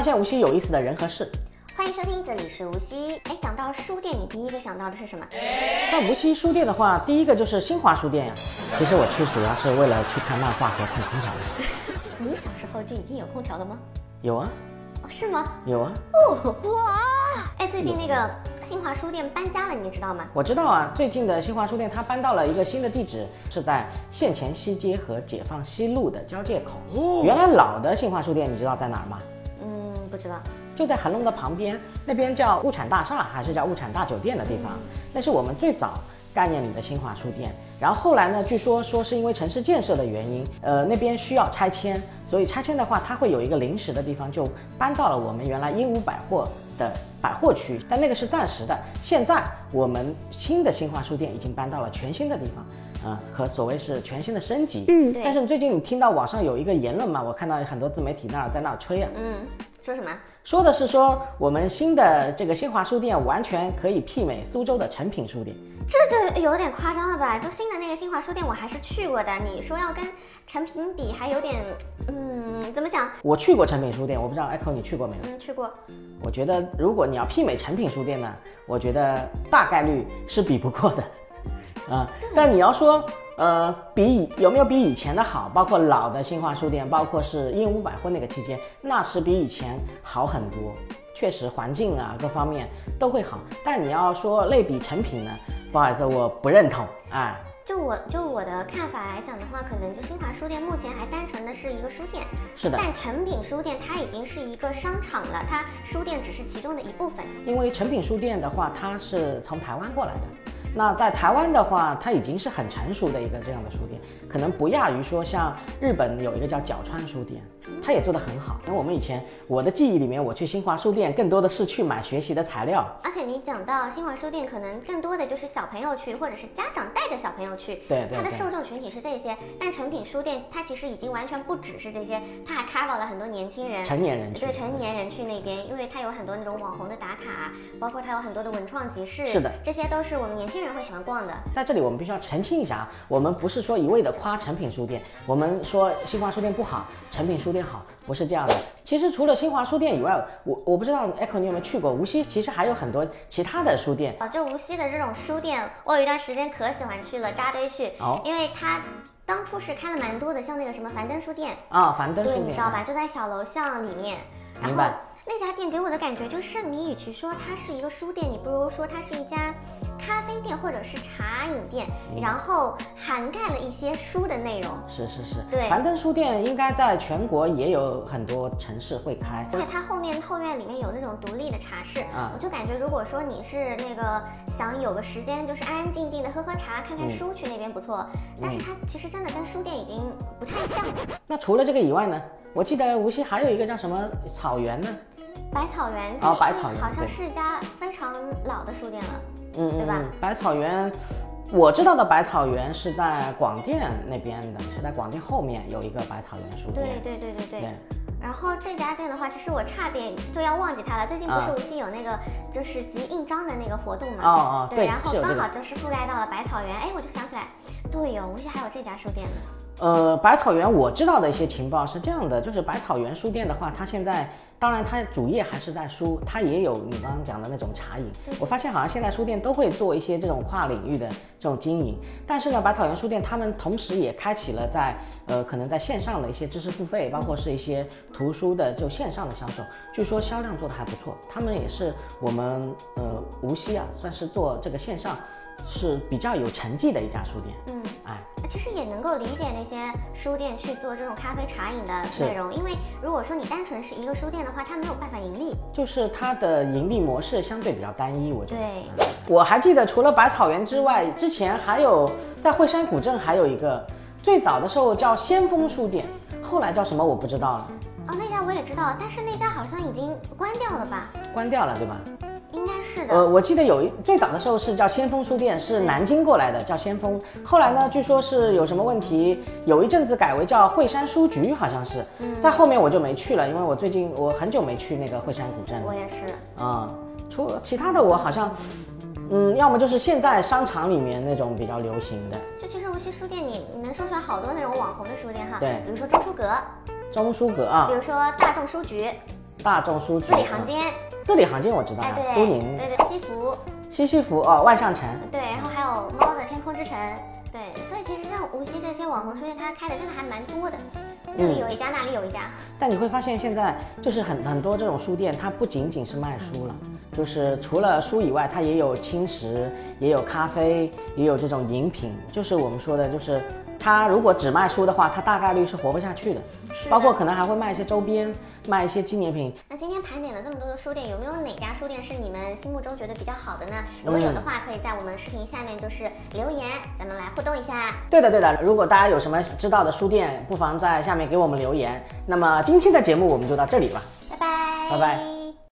发现无锡有意思的人和事，欢迎收听，这里是无锡。哎，讲到了书店，你第一个想到的是什么？在无锡书店的话，第一个就是新华书店呀。其实我去主要是为了去看漫画和看空调的。你小时候就已经有空调了吗？有啊，哦，是吗？有啊，哦，哇！哎，最近那个新华书店搬家了，你知道吗？我知道啊。最近的新华书店它搬到了一个新的地址，是在县前西街和解放西路的交界口。原来老的新华书店你知道在哪儿吗？嗯，不知道。就在韩龙的旁边，那边叫物产大厦还是叫物产大酒店的地方，那是我们最早概念里的新华书店。然后后来呢，据说说是因为城市建设的原因，呃，那边需要拆迁，所以拆迁的话，它会有一个临时的地方，就搬到了我们原来鹦鹉百货的百货区，但那个是暂时的。现在我们新的新华书店已经搬到了全新的地方。啊、和所谓是全新的升级，嗯对但是最近你听到网上有一个言论嘛，我看到很多自媒体那儿在那儿吹啊，嗯，说什么？说的是说我们新的这个新华书店完全可以媲美苏州的诚品书店，这就有点夸张了吧？就新的那个新华书店，我还是去过的。你说要跟成品比，还有点，嗯，怎么讲？我去过诚品书店，我不知道 Echo 你去过没有？嗯，去过。我觉得如果你要媲美诚品书店呢，我觉得大概率是比不过的，啊、但你要说呃比以有没有比以前的好，包括老的新华书店，包括是鹦鹉百货那个期间，那是比以前好很多，确实环境啊各方面都会好。但你要说类比诚品呢，不好意思，我不认同，哎。就我就我的看法来讲的话，可能就新华书店目前还单纯的是一个书店，是的但诚品书店它已经是一个商场了，它书店只是其中的一部分。因为诚品书店的话，它是从台湾过来的。那在台湾的话，它已经是很成熟的一个这样的书店，可能不亚于说像日本有一个叫角川书店，它也做得很好。那我们以前我的记忆里面，我去新华书店更多的是去买学习的材料，而且你讲到新华书店，可能更多的就是小朋友去，或者是家长带着小朋友去，对对它的对受众群体是这些。但诚品书店它其实已经完全不只是这些，它还 cover 了很多年轻人。成年人去对。成年人去那边，因为它有很多那种网红的打卡，啊包括它有很多的文创集市，是的这些都是我们年轻人会喜欢逛的。在这里，我们必须要澄清一下啊，我们不是说一味的夸诚品书店，我们说新华书店不好，诚品书店好，不是这样的。其实除了新华书店以外，我我不知道 Echo 你有没有去过无锡，其实还有很多其他的书店，哦，就无锡的这种书店，我有一段时间可喜欢去了扎堆去，哦因为它当初是开了蛮多的，像那个什么樊登书店，啊，樊登书对，店，你知道吧？就在小楼巷里面。然明后白那家店给我的感觉就是，你与其说它是一个书店，你不如说它是一家咖啡店或者是茶饮店，嗯然后涵盖了一些书的内容。是是是，对樊登书店应该在全国也有很多城市会开。而且它后面后院里面有那种独立的茶室，啊我就感觉如果说你是那个想有个时间，就是安安静静的喝喝茶、看看嗯书，去那边不错。但是它其实真的跟书店已经不太像了。那除了这个以外呢？我记得无锡还有一个叫什么草原呢？百草园哦这百草园好像对是一家非常老的书店了。嗯，对吧嗯？百草园，我知道的百草园是在广电那边的，是在广电后面有一个百草园书对店。对对对对。然后这家店的话，其实我差点就要忘记它了。最近不是啊无锡有那个就是集印章的那个活动嘛？哦哦对，对然后是有这刚个好就是覆盖到了百草园，哎，我就想起来，对哦，无锡还有这家书店呢。呃，百草园我知道的一些情报是这样的，就是百草园书店的话，它现在当然它主业还是在书，它也有你刚刚讲的那种茶饮对。我发现好像现在书店都会做一些这种跨领域的这种经营，但是呢，百草园书店他们同时也开启了在呃可能在线上的一些知识付费，包括是一些图书的就线上的销售，据说销量做得还不错。他们也是我们呃无锡啊，算是做这个线上是比较有成绩的一家书店，嗯，哎。其实也能够理解那些书店去做这种咖啡茶饮的是内容，因为如果说你单纯是一个书店的话，它没有办法盈利。就是它的盈利模式相对比较单一，我觉得。对嗯我还记得除了百草园之外，之前还有在惠山古镇还有一个，最早的时候叫先锋书店，后来叫什么我不知道了，哦，那家我也知道，但是那家好像已经关掉了吧？关掉了对吧？应该是的。呃，我记得有一最早的时候是叫先锋书店，是南京过来的，叫先锋。后来呢，据说是有什么问题，有一阵子改为叫惠山书局，好像是。在后面我就没去了，因为我最近我很久没去那个惠山古镇了。我也是。啊、除其他的我好像，嗯，要么就是现在商场里面那种比较流行的就其实无锡书店你，你能说出来好多那种网红的书店哈，对比如说中书阁，中书阁啊比，如说大众书局，大众书局啊字里行间，字里行间我知道哎呀对，，啊苏宁、对对，西服，西西弗哦，万象城，对，然后还有猫的天空之城，对，所以其实像无锡这些网红书店，它开的真的还蛮多的，嗯这里有一家，那里有一家，但你会发现，现在就是很很多这种书店，它不仅仅是卖书了，嗯就是除了书以外，它也有轻食，也有咖啡，也有这种饮品。就是我们说的，就是它如果只卖书的话，它大概率是活不下去的。是的包括可能还会卖一些周边，卖一些纪念品。那今天盘点了这么多的书店，有没有哪家书店是你们心目中觉得比较好的呢？如果有的话，可以在我们视频下面就是留言，咱们来互动一下。对的，对的。如果大家有什么知道的书店，不妨在下面给我们留言。那么今天的节目我们就到这里吧。拜拜，拜拜。